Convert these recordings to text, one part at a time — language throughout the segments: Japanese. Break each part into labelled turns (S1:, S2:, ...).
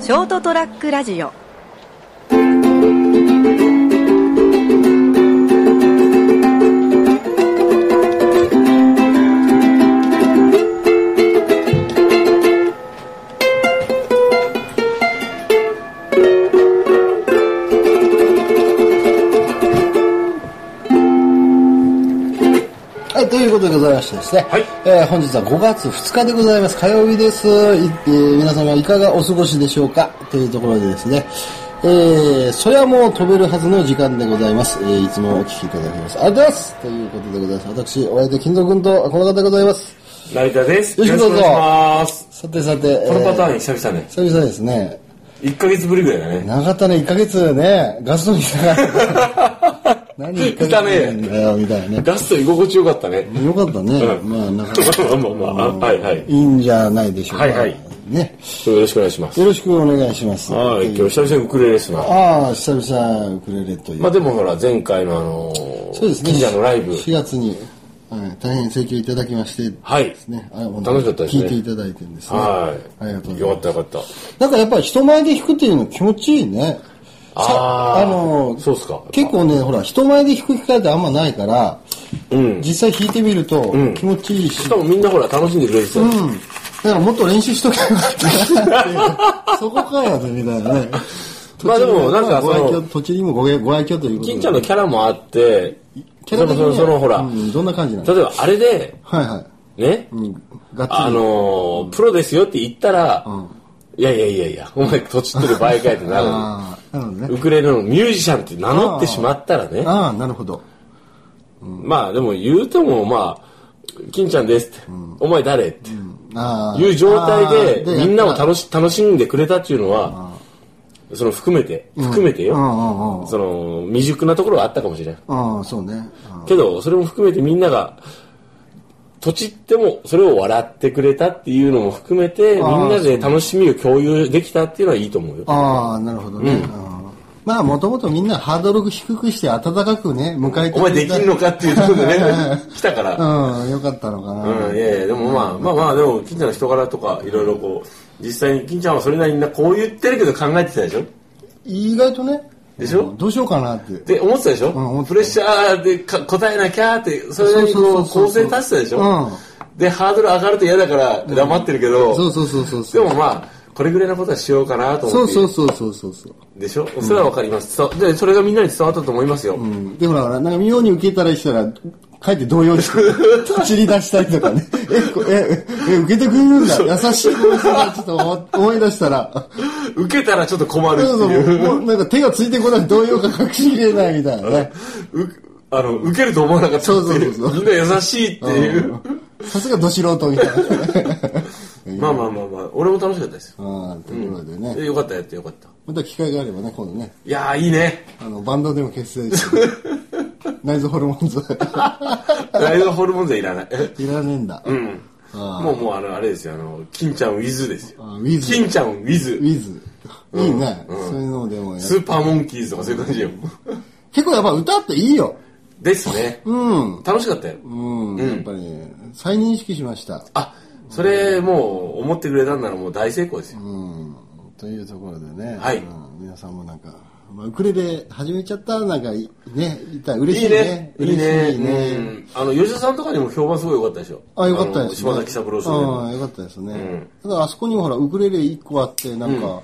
S1: ショートトラックラジオ
S2: はい、ということでございましてですね、
S3: はい
S2: えー本日は5月2日でございます。火曜日です。いえー皆様いかがお過ごしでしょうかというところでですね、えー、それはもう飛べるはずの時間でございます。えー、いつもお聞きいただきます。ありがとうございますということでございます。私、お相手、金蔵君とこの方でございます。
S3: 成田です。
S2: よろしくどうぞ
S3: お願いします。
S2: さてさて、えー
S3: このパターン久々ね。
S2: 久々ですね、
S3: 1ヶ月ぶりぐらいだね。
S2: 長かったね、1ヶ月ね、ガストにしたから。 何1ヶ月なんだよ、みたいなね。
S3: ガスト居心地よかったね。
S2: よかったね。まあ、なかなか。
S3: まあまあまああ はいはい。
S2: いいんじゃないでしょうか。
S3: はいはい
S2: ね。
S3: よろしくお願いします。
S2: よろしくお願いします。
S3: はい、今日久々にウクレレですな。
S2: ああ、久々ウクレレという。
S3: まあでもほら、前回のあの
S2: そうですね。
S3: 近所のライブ。
S2: 4月に、はい、大変盛況いただきまして。
S3: はい
S2: ですね。あ本当に
S3: 楽しかったですね
S2: 聞いていただいてるんですね。
S3: はい。
S2: ありがとうございます。
S3: よかったよかった。
S2: なんかやっぱり人前で弾くっていうの気持ちいいね。さ
S3: あー
S2: の
S3: そうっすか
S2: 結構ね、ほら、人前で弾く機会ってあんまないから、
S3: うん。
S2: 実際弾いてみると気持ちいいし、
S3: しかもみんなほら、楽しんでくれてたよ
S2: うん。だからもっと練習しとけばよかったな っていうそこかよ、みたいなね。
S3: まあでもなんか
S2: ご愛
S3: その
S2: 嬌、土地にもご愛ご愛嬌ということで。
S3: 金ちゃんのキャラもあって、
S2: キャラ的に
S3: そ
S2: は
S3: のそのほら、
S2: うんどんな感じなの
S3: 例えばあれで、
S2: はいはい。
S3: ね、
S2: うん、がっつり。
S3: あのープロですよって言ったら、いやいやいやいや、お前、とちってる場合かいってなるの
S2: ああ、なるほど
S3: ウ
S2: ね。
S3: クレレのミュージシャンって名乗ってしまったらね、
S2: ああ、なるほど。
S3: まあでも言うても、まあ、金ちゃんですって、お前誰って
S2: ああ。
S3: いう状態
S2: ああ
S3: で、みんなを
S2: やっ
S3: 楽し楽しんでくれたっていうのは、その含めて、含めて
S2: ぱうんう
S3: よ、
S2: んうん。
S3: その未熟なところはあったかもしれない。
S2: ああ、そうね。あ
S3: けど、それも含めてみんなが、とちってもそれを笑ってくれたっていうのも含めて、み
S2: ー
S3: んなで楽しみを共有できたっていうのはいいと思うよ。
S2: ああ、なるほどね。ああまあ、もともとみんなハードルを低くして暖かくね、迎えて
S3: お前できんのかっていうところ でね、来たから。
S2: うん、よかったのかな。
S3: うん、いやいや、でもまあ、まあまあ、でも、金ちゃんの人柄とか、いろいろこう、実際に金ちゃんはそれなりにな、こう言ってるけど考えてたでしょ
S2: 意外とね、
S3: でしょ
S2: どうしようかなって。
S3: で、思ってたでしょ、
S2: ん思ってた
S3: プレッシャーでか答えなきゃって、それなりにこう、
S2: そう
S3: 構
S2: そうそうそう
S3: 成立ってたでしょ
S2: うん
S3: で、ハードル上がると嫌だから、黙ってるけど、
S2: そうそうそうそう
S3: で
S2: そう。
S3: もまあ、これぐらいのことはしようかなと
S2: そ
S3: 思っ
S2: う
S3: て。
S2: そうそうそうそうそう。
S3: でしょそれはわかります。伝わで、それがみんなに伝わったと思いますよ。
S2: うんで、ほら、なんか妙に受けたりしたら、帰って動揺 して、走り出したりとかね。え、こえ、え、え受けてくれるんだ。優しい子だなちょっと思思い出したら、
S3: 受けたらちょっと困るっ
S2: そうそう、
S3: ていう。
S2: もうなんか手がついてこない動揺が隠しきれないみたいなね。
S3: うあの、受けると思わなかったって
S2: そう
S3: い
S2: そう
S3: う。
S2: そうそう
S3: みんな優しいっていう。
S2: さすがど素人みたいな ね。
S3: まあまあまあまあ、俺も楽しかったですよ。
S2: うん、ということでね。
S3: でよかったやってよかった。
S2: また機会があればね、今度ね、
S3: いやー、いいね。
S2: あの、バンドでも結成して、 内臓ホルモンズ。
S3: ライドホルモン勢いらない。
S2: いらねえんだ。
S3: うん。もうもうあの、あれですよ、あの、金ちゃんウィズですよ。
S2: あウィズ
S3: 金ちゃんウィズ
S2: ウ。ィズ。いいね。そういうのでもや
S3: スーパーモンキーズとかそういう感じよ。
S2: 結構やっぱ歌っていいよ。
S3: ですね。
S2: うん。
S3: 楽しかったよ。
S2: うん。やっぱり、再認識しました。
S3: あ、それもう思ってくれたんならもう大成功ですよ。
S2: うん。というところでね。
S3: はい
S2: うん皆さんもなんか、まあ、ウクレレ始めちゃったなんかい、ね、いたら嬉
S3: い
S2: し
S3: い
S2: いね
S3: ね。。いいね。
S2: 嬉しいね。
S3: うんあの、吉田さんとかにも評判すごい良かったでしょ。
S2: あ、よかったです、ね。
S3: あの島崎三郎さんで
S2: あ
S3: も。
S2: あ、よかったですね。ただ、あそこにもほら、ウクレレ1個あって、なんか、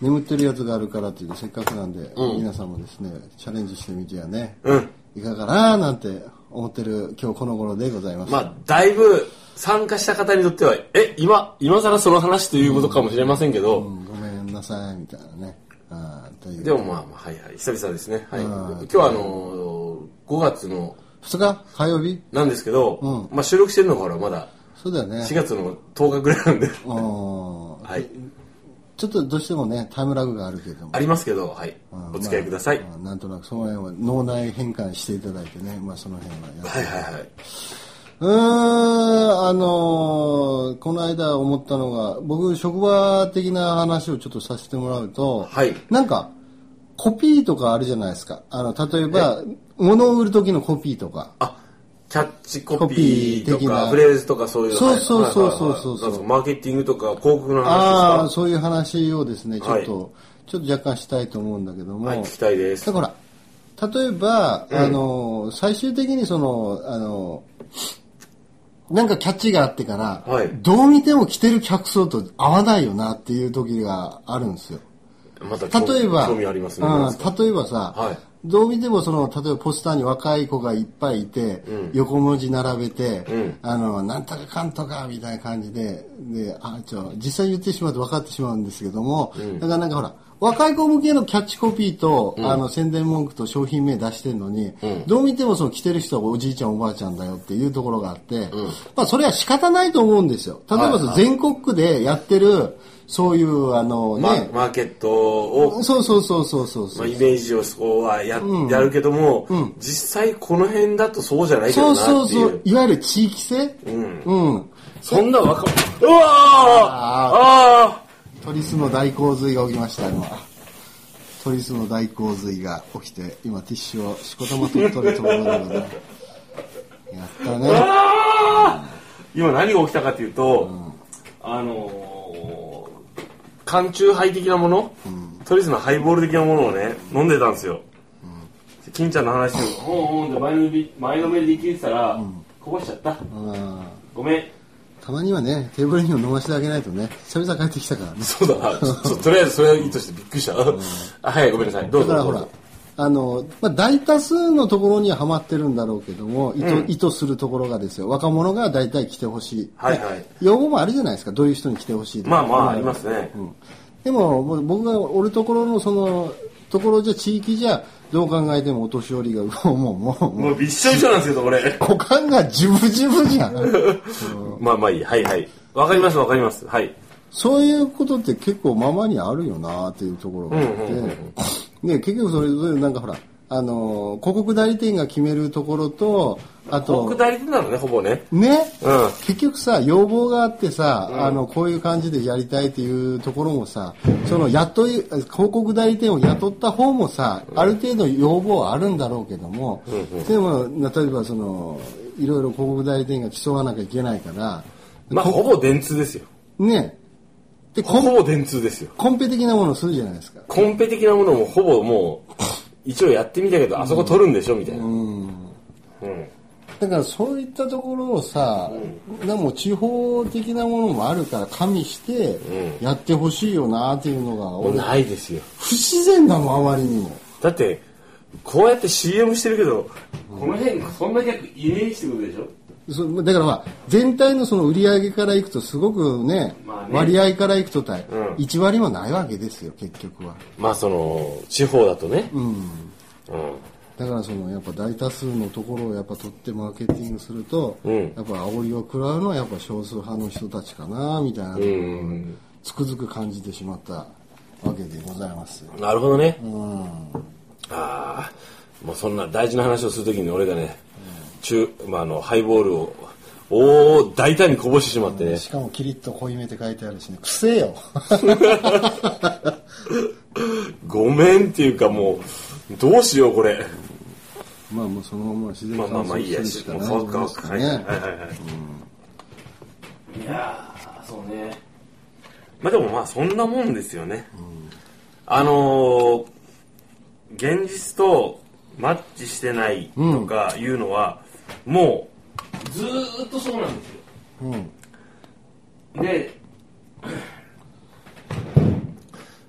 S2: 眠ってるやつがあるからっていう、せっかくなんで、皆さんもですね、チャレンジしてみてはね、
S3: うん。
S2: いかがかななんて思ってる今日この頃でございます。
S3: まあ、だいぶ参加した方にとっては、え、今、今更その話ということかもしれませんけ
S2: う
S3: ど、
S2: んごめんなさい、みたいなね。ああ、という。
S3: でもまあまあ、はいはい、久々ですね。はい。今日はあのー、5月の、
S2: 2日火曜日
S3: なんですけど、まあ収録してるのがほら、まだ
S2: そうだよね。
S3: 4月の10日ぐらいなんで、
S2: うん
S3: はい。
S2: ちょっとどうしてもね、タイムラグがあるけれども。
S3: ありますけど、はい。お付き合いください。
S2: まあなんとなくその辺は脳内変換していただいてね、まあその辺はやって
S3: はいはいはい。
S2: うーん、あのーこの間思ったのが、僕、職場的な話をちょっとさせてもらうと、
S3: はい
S2: なんか、コピーとかあるじゃないですか。あの、例えば、物を売る時のコピーとか。
S3: あ、キャッチコピー
S2: コピー
S3: と
S2: 的
S3: か
S2: な
S3: フレーズとかそういう
S2: そうそうそうそうそう
S3: はいはいはいなんですかマーケティングとか広告の
S2: ああ、
S3: 話ですか
S2: そういう話をですね、ちょっと、
S3: は
S2: ちょっと若干したいと思うんだけども、
S3: はい聞きたいです
S2: だから、例えば、あの、最終的にその、あの、なんかキャッチがあってから、
S3: はい
S2: どう見ても着てる客層と合わないよなっていう時があるんですよ。
S3: また興味
S2: 例えば、
S3: 興味ありますねなんですか
S2: うん、例えばさ、
S3: はい
S2: どう見てもその、例えばポスターに若い子がいっぱいいて、横文字並べて、
S3: うん
S2: あの、なんとかかんとか、みたいな感じで、で、あ、ちょ、実際言ってしまうと分かってしまうんですけども、だからなんかほら、若い子向けのキャッチコピーと、あの、宣伝文句と商品名出してるのに、どう見てもその着てる人はおじいちゃんおばあちゃんだよっていうところがあって、まあそれは仕方ないと思うんですよ。例えばその全国区でやってる、そういう、あのね、
S3: まマーケットを、
S2: そうそうそうそうそうそ
S3: まあ、
S2: う。
S3: イメージをそこはや,、やるけども、実際この辺だとそうじゃないけ
S2: そ
S3: ど
S2: うそ
S3: なっ
S2: う
S3: ていう
S2: そう。いわゆる地域性
S3: ん
S2: うん。
S3: そんな若うわああ
S2: トリスの大洪水が起きました、今。トリスの大洪水が起きて、今ティッシュをしこたまと取るところなので。やったね。
S3: あー今何が起きたかというと、あのー缶中杯的なもの、とりあえずのハイボール的なものをね飲んでたんですよ、金ちゃんの話をほんほんで前のめり前のめりで聞いてたら、こぼしちゃった
S2: うん
S3: ごめん
S2: たまにはね、テーブルにも飲ませてあげないとね、久々帰ってきたからね。
S3: そうだなちょとりあえずそれはいいとしてびっくりした、 あはいごめんなさいど
S2: だ
S3: うぞ
S2: から
S3: ど
S2: ほ
S3: う
S2: ら
S3: ぞ、
S2: あの、まあ、大多数のところにはハマってるんだろうけども、意図,、意図するところがですよ、若者が大体来てほしい。
S3: はいはい
S2: 用語もあるじゃないですか、どういう人に来てほしいとか
S3: まあまあありますね、
S2: でも、もう僕が俺ところのその、ところじゃ、地域じゃ、どう考えてもお年寄りが、も う、もう、もう、もう
S3: もうびっしょびしょなんですけどこれ
S2: 股間がジュブジュブじゃん。
S3: まあまあいいはいはいわかりますわかりますはい
S2: そういうことって結構ままにあるよなっていうところがあって、
S3: うんうんうん
S2: ね、結局それぞれなんかほら、あのー、広告代理店が決めるところと、あ
S3: 僕
S2: と、
S3: 代理店なのねほぼね
S2: ね、
S3: うん
S2: 結局さ、要望があってさ、あの、こういう感じでやりたいっていうところもさ、その雇い、広告代理店を雇った方もさ、ある程度要望はあるんだろうけども、でも、例えばその、いろいろ広告代理店が競わなきゃいけないから、
S3: まあほぼ電通ですよ
S2: ね、で、コ
S3: ほ
S2: ン
S3: ぼ電通ですよ。
S2: コンペ的なものをするじゃないですか。
S3: コンペ的なものもほぼもう、一応やってみたけど、あそこ取るんでしょみたいな。うん。
S2: だからそういったところをさ、でも地方的なものもあるから加味して
S3: う
S2: やってほしいよなっていうのが、
S3: もう
S2: 俺
S3: ないですよ。
S2: 不自然だもん、あまりにも。
S3: だって、こうやって CM してるけど、この辺、そんな客イメージってことでしょ
S2: そうだからまあ、全体のその売り上げからいくとすごくね、
S3: まあね
S2: 割合からいくとたい、
S3: うん
S2: 1割もないわけですよ、結局は。
S3: まあその、地方だとね。うん。
S2: だからそのやっぱ大多数のところをやっぱ取ってマーケティングすると、
S3: うん
S2: やっぱ煽りを食らうのはやっぱ少数派の人たちかな、みたいなところをつくづく感じてしまったわけでございます。
S3: なるほどね。ああ、もうそんな大事な話をするときに俺がね、中、まああの、ハイボールを、おー、大胆にこぼしてしまってね。
S2: しかもキリッと濃いめって書いてあるしね、くせえ よ。
S3: ごめんっていうかもう、どうしようこれ。
S2: まあもうそのまま自然
S3: まあまあまあいいや、もう
S2: しかない
S3: そうか、
S2: です
S3: は
S2: か
S3: い
S2: ね。
S3: はいはいはい。いやー、そうね。まあでもまあそんなもんですよね。あのー、現実とマッチしてないとかいうのは、もう、ずーっとそうなんですよ。
S2: うん
S3: で、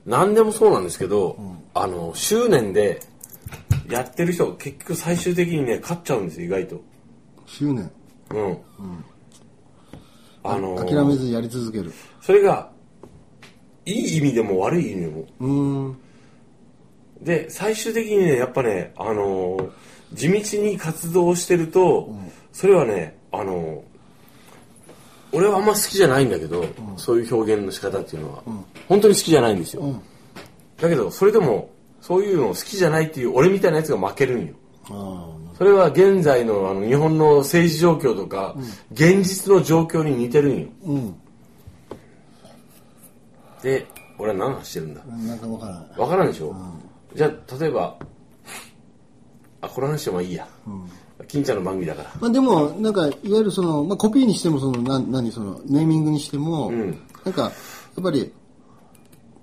S3: 何でもそうなんですけど、あの、執念でやってる人、結局最終的にね、勝っちゃうんですよ、意外と。
S2: 執念。
S3: うん。あのー
S2: 諦めずやり続ける。
S3: それが、いい意味でも悪い意味でも。
S2: うーん。
S3: で、最終的にね、やっぱね、あのー地道に活動してると、それはね、あのー俺はあんま好きじゃないんだけど、そういう表現の仕方っていうのは、本当に好きじゃないんですよ。
S2: うん
S3: だけど、それでも、そういうのを好きじゃないっていう俺みたいなやつが負けるんよ。
S2: ああ、
S3: それは現在のあの日本の政治状況とか、現実の状況に似てるんよ。
S2: うん。
S3: で、俺は何話してるんだ
S2: なんかわからない。
S3: わからんでしょ、じゃあ例えばあこの話はまあいいや、金ちゃんの番組だから。
S2: まあでも、なんか、いわゆるその、まあコピーにしても、その、な、何、その、ネーミングにしても、
S3: ん
S2: なんか、やっぱり、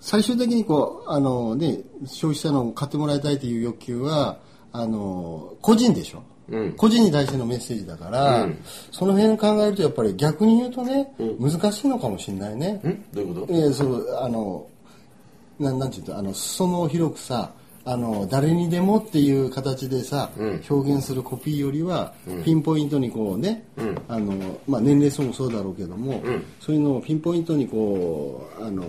S2: 最終的にこう、あのね、消費者の買ってもらいたいという欲求は、あの、個人でしょ。
S3: うん
S2: 個人に対してのメッセージだから、
S3: うん
S2: その辺考えると、やっぱり逆に言うとね、難しいのかもしれないね。
S3: んどういうこと
S2: えーそのあのなんなんていうとあの裾野を広くさあの誰にでもっていう形でさ、
S3: うん
S2: 表現するコピーよりは、ピンポイントにこうね、あのまあ、年齢層もそうだろうけども、
S3: ん
S2: そういうのをピンポイントにこうあの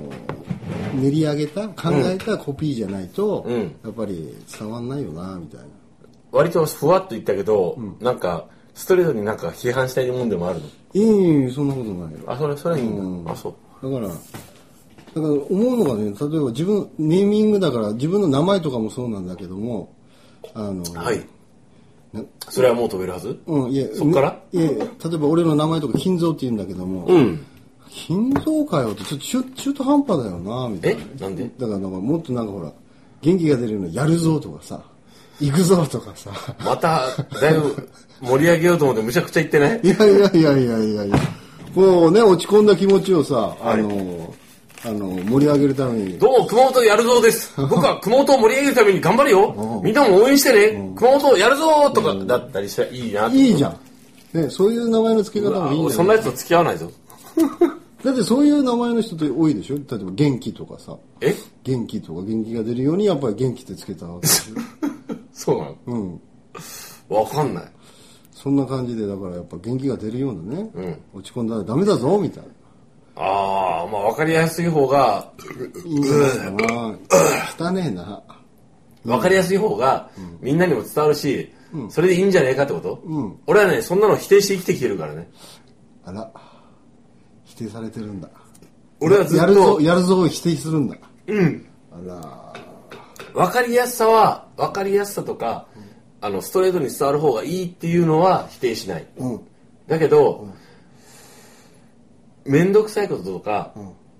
S2: 練り上げた考えたコピーじゃないと、
S3: うん
S2: やっぱり伝わんないよなみたいな。
S3: 割とふわっと言ったけど、なんか、ストレートになんか批判したいもんでもあるの。
S2: いやいやいやそんなことないよ。
S3: あ、それ、それいいん
S2: うん
S3: だ。あ、そう。
S2: だから、だから思うのがね、例えば自分、ネーミングだから、自分の名前とかもそうなんだけども、あの、
S3: はい
S2: な。
S3: それはもう飛べるはず
S2: うん、いや、
S3: そっから
S2: ねいや、例えば俺の名前とか金蔵って言うんだけども、
S3: うん。
S2: 金蔵かよって、ちょっと中中途半端だよな、みたいな。
S3: えなんで
S2: だからなんかもっとなんかほら、元気が出るような、やるぞとかさ、行くぞとかさ、
S3: また、だいぶ盛り上げようと思ってむちゃくちゃ言ってない
S2: いやいやいやいやいやいや、もうね、落ち込んだ気持ちをさ、あの、あの、盛り上げるために、
S3: どうも、熊本やるぞです。僕は熊本を盛り上げるために頑張るよ。みんなも応援してね。熊本やるぞとかだったりしたらいいなって。
S2: いいじゃん。ね、そういう名前の付け方もいいん
S3: 俺
S2: だ
S3: そ
S2: よ
S3: んなやつと付き合わないぞ。
S2: だってそういう名前の人って多いでしょ例えば元気とかさ。
S3: え
S2: 元気とか元気が出るようにやっぱり元気ってつけたわけでし
S3: そうなの
S2: ょ。うん。
S3: わかんない。
S2: そんな感じでだからやっぱ元気が出るようなね。
S3: ん
S2: 落ち込んだらダメだぞみたいな。
S3: ああ、まあわかりやすい方が、
S2: いいんじゃないかな。汚ねえな。
S3: わかりやすい方が、みんなにも伝わるし、それでいいんじゃないかってこと
S2: うん
S3: 俺はね、そんなの否定して生きてきてるからね。
S2: あら。否定されてるんだ。
S3: 俺はずっ
S2: やるぞ、
S3: と、
S2: やるぞを否定するんだ。
S3: うん。
S2: あら。
S3: わかりやすさは、わかりやすさとか、あの、ストレートに伝わる方がいいっていうのは否定しない。
S2: うん。
S3: だけど、めんどくさいこととか、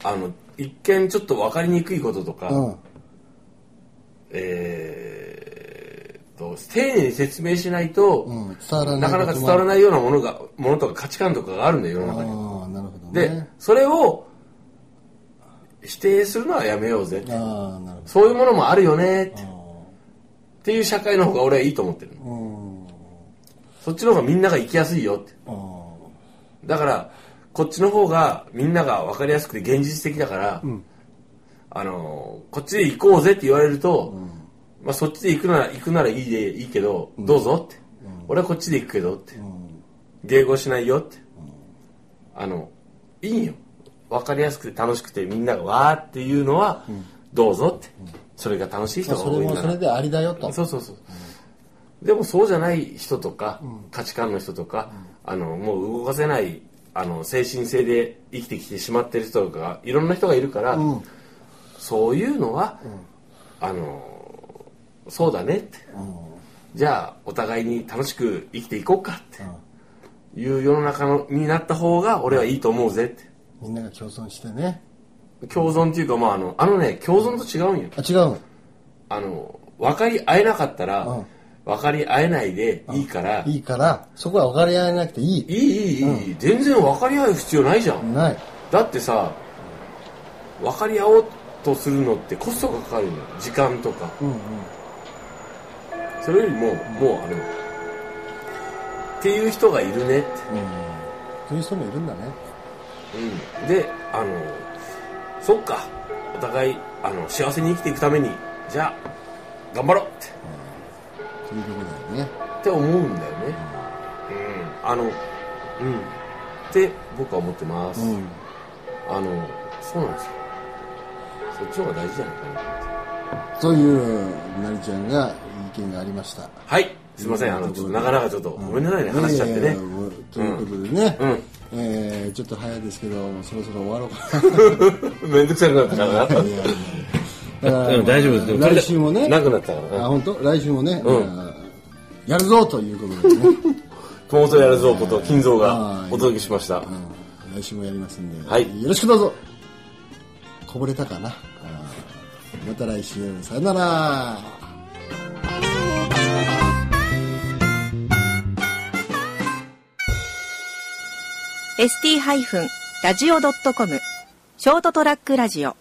S3: あの、一見ちょっとわかりにくいこととか、
S2: うん。
S3: えーっと、丁寧に説明しないと、
S2: うん。伝わらない。
S3: なかなか伝わら
S2: い。
S3: ないようなものが、ものとか価値観とかがあるんだよ、世の中に。
S2: ああ、なるほどね。
S3: で、それを否定するのはやめようぜ。
S2: ああ、なるほ
S3: そういうものもあるよねって
S2: ど。
S3: っていう社会の方が俺はいいと思ってるの。
S2: うん。
S3: そっちの方がみんなが生きやすいよって。
S2: ああ。
S3: だから、こっちの方がみんなが分かりやすくて現実的だから、あのーこっちで行こうぜって言われると、まあ、そっちで行くなら行くならいいでいいけど、どうぞって、俺はこっちで行くけどって、迎合しないよって、あのいいよ分かりやすくて楽しくてみんながわーっていうのは、どうぞって、それが楽しい人
S2: まあ
S3: が
S2: そ
S3: 多
S2: れ
S3: い
S2: も
S3: な
S2: そ
S3: ら
S2: れでありだよと。
S3: そうそうそう、でもそうじゃない人とか、価値観の人とか、あのもう動かせないあの精神性で生きてきてしまってる人とかいろんな人がいるから、
S2: うん。
S3: そういうのは、あのそうだねってじゃあお互いに楽しく生きていこうかっていう世の中のになった方が俺はいいと思うぜって
S2: みんなが共存してね。
S3: 共存っていうかまああのあのね共存と違うんよ
S2: あ、違うの。
S3: あの分かり合えなかったら、
S2: うん
S3: 分かり合えないでいいから、
S2: いいから、そこは分かり合えなくてい
S3: い
S2: い。
S3: いいいいい、全然分かり合う必要ないじゃん
S2: ない。
S3: だってさ分かり合おうとするのってコストがかかるのよ時間とか
S2: うんうん。
S3: それよりも、もうあのっていう人がいるねって、
S2: そういう人もいるんだね。
S3: うん、であのそっかお互いあの幸せに生きていくためにじゃあ頑張ろうって
S2: そういうとこだよね。
S3: って思うんだよねうんあのうんって僕は思ってます、
S2: うん。
S3: あのそうなんですよそっちの方が大事じゃないかな
S2: という、なりちゃんが意見がありました。
S3: はい。すみません。あの、ちょっと、なかなかちょっと、ごめんなさいね、
S2: うん
S3: 話しちゃって
S2: いやいや。い
S3: ね
S2: やということでね。
S3: うん
S2: えーちょっと早いですけど、そろそろ終わろうか
S3: めんどくさくなったから
S2: な。
S3: な。
S2: いやいやだから
S3: 大丈夫ですよ。
S2: 来週もね。
S3: なくなったから
S2: あ、
S3: な。
S2: 本当来週もね、
S3: うん
S2: まあやるぞということでね、
S3: 熊本やるぞこと、金蔵が
S2: はい
S3: お届けしました。
S2: うん来週もやりますんで、
S3: はい
S2: よろしくどうぞこぼれたかなあーまた来週、さよなら
S1: ST-radio.com ショートトラックラジオ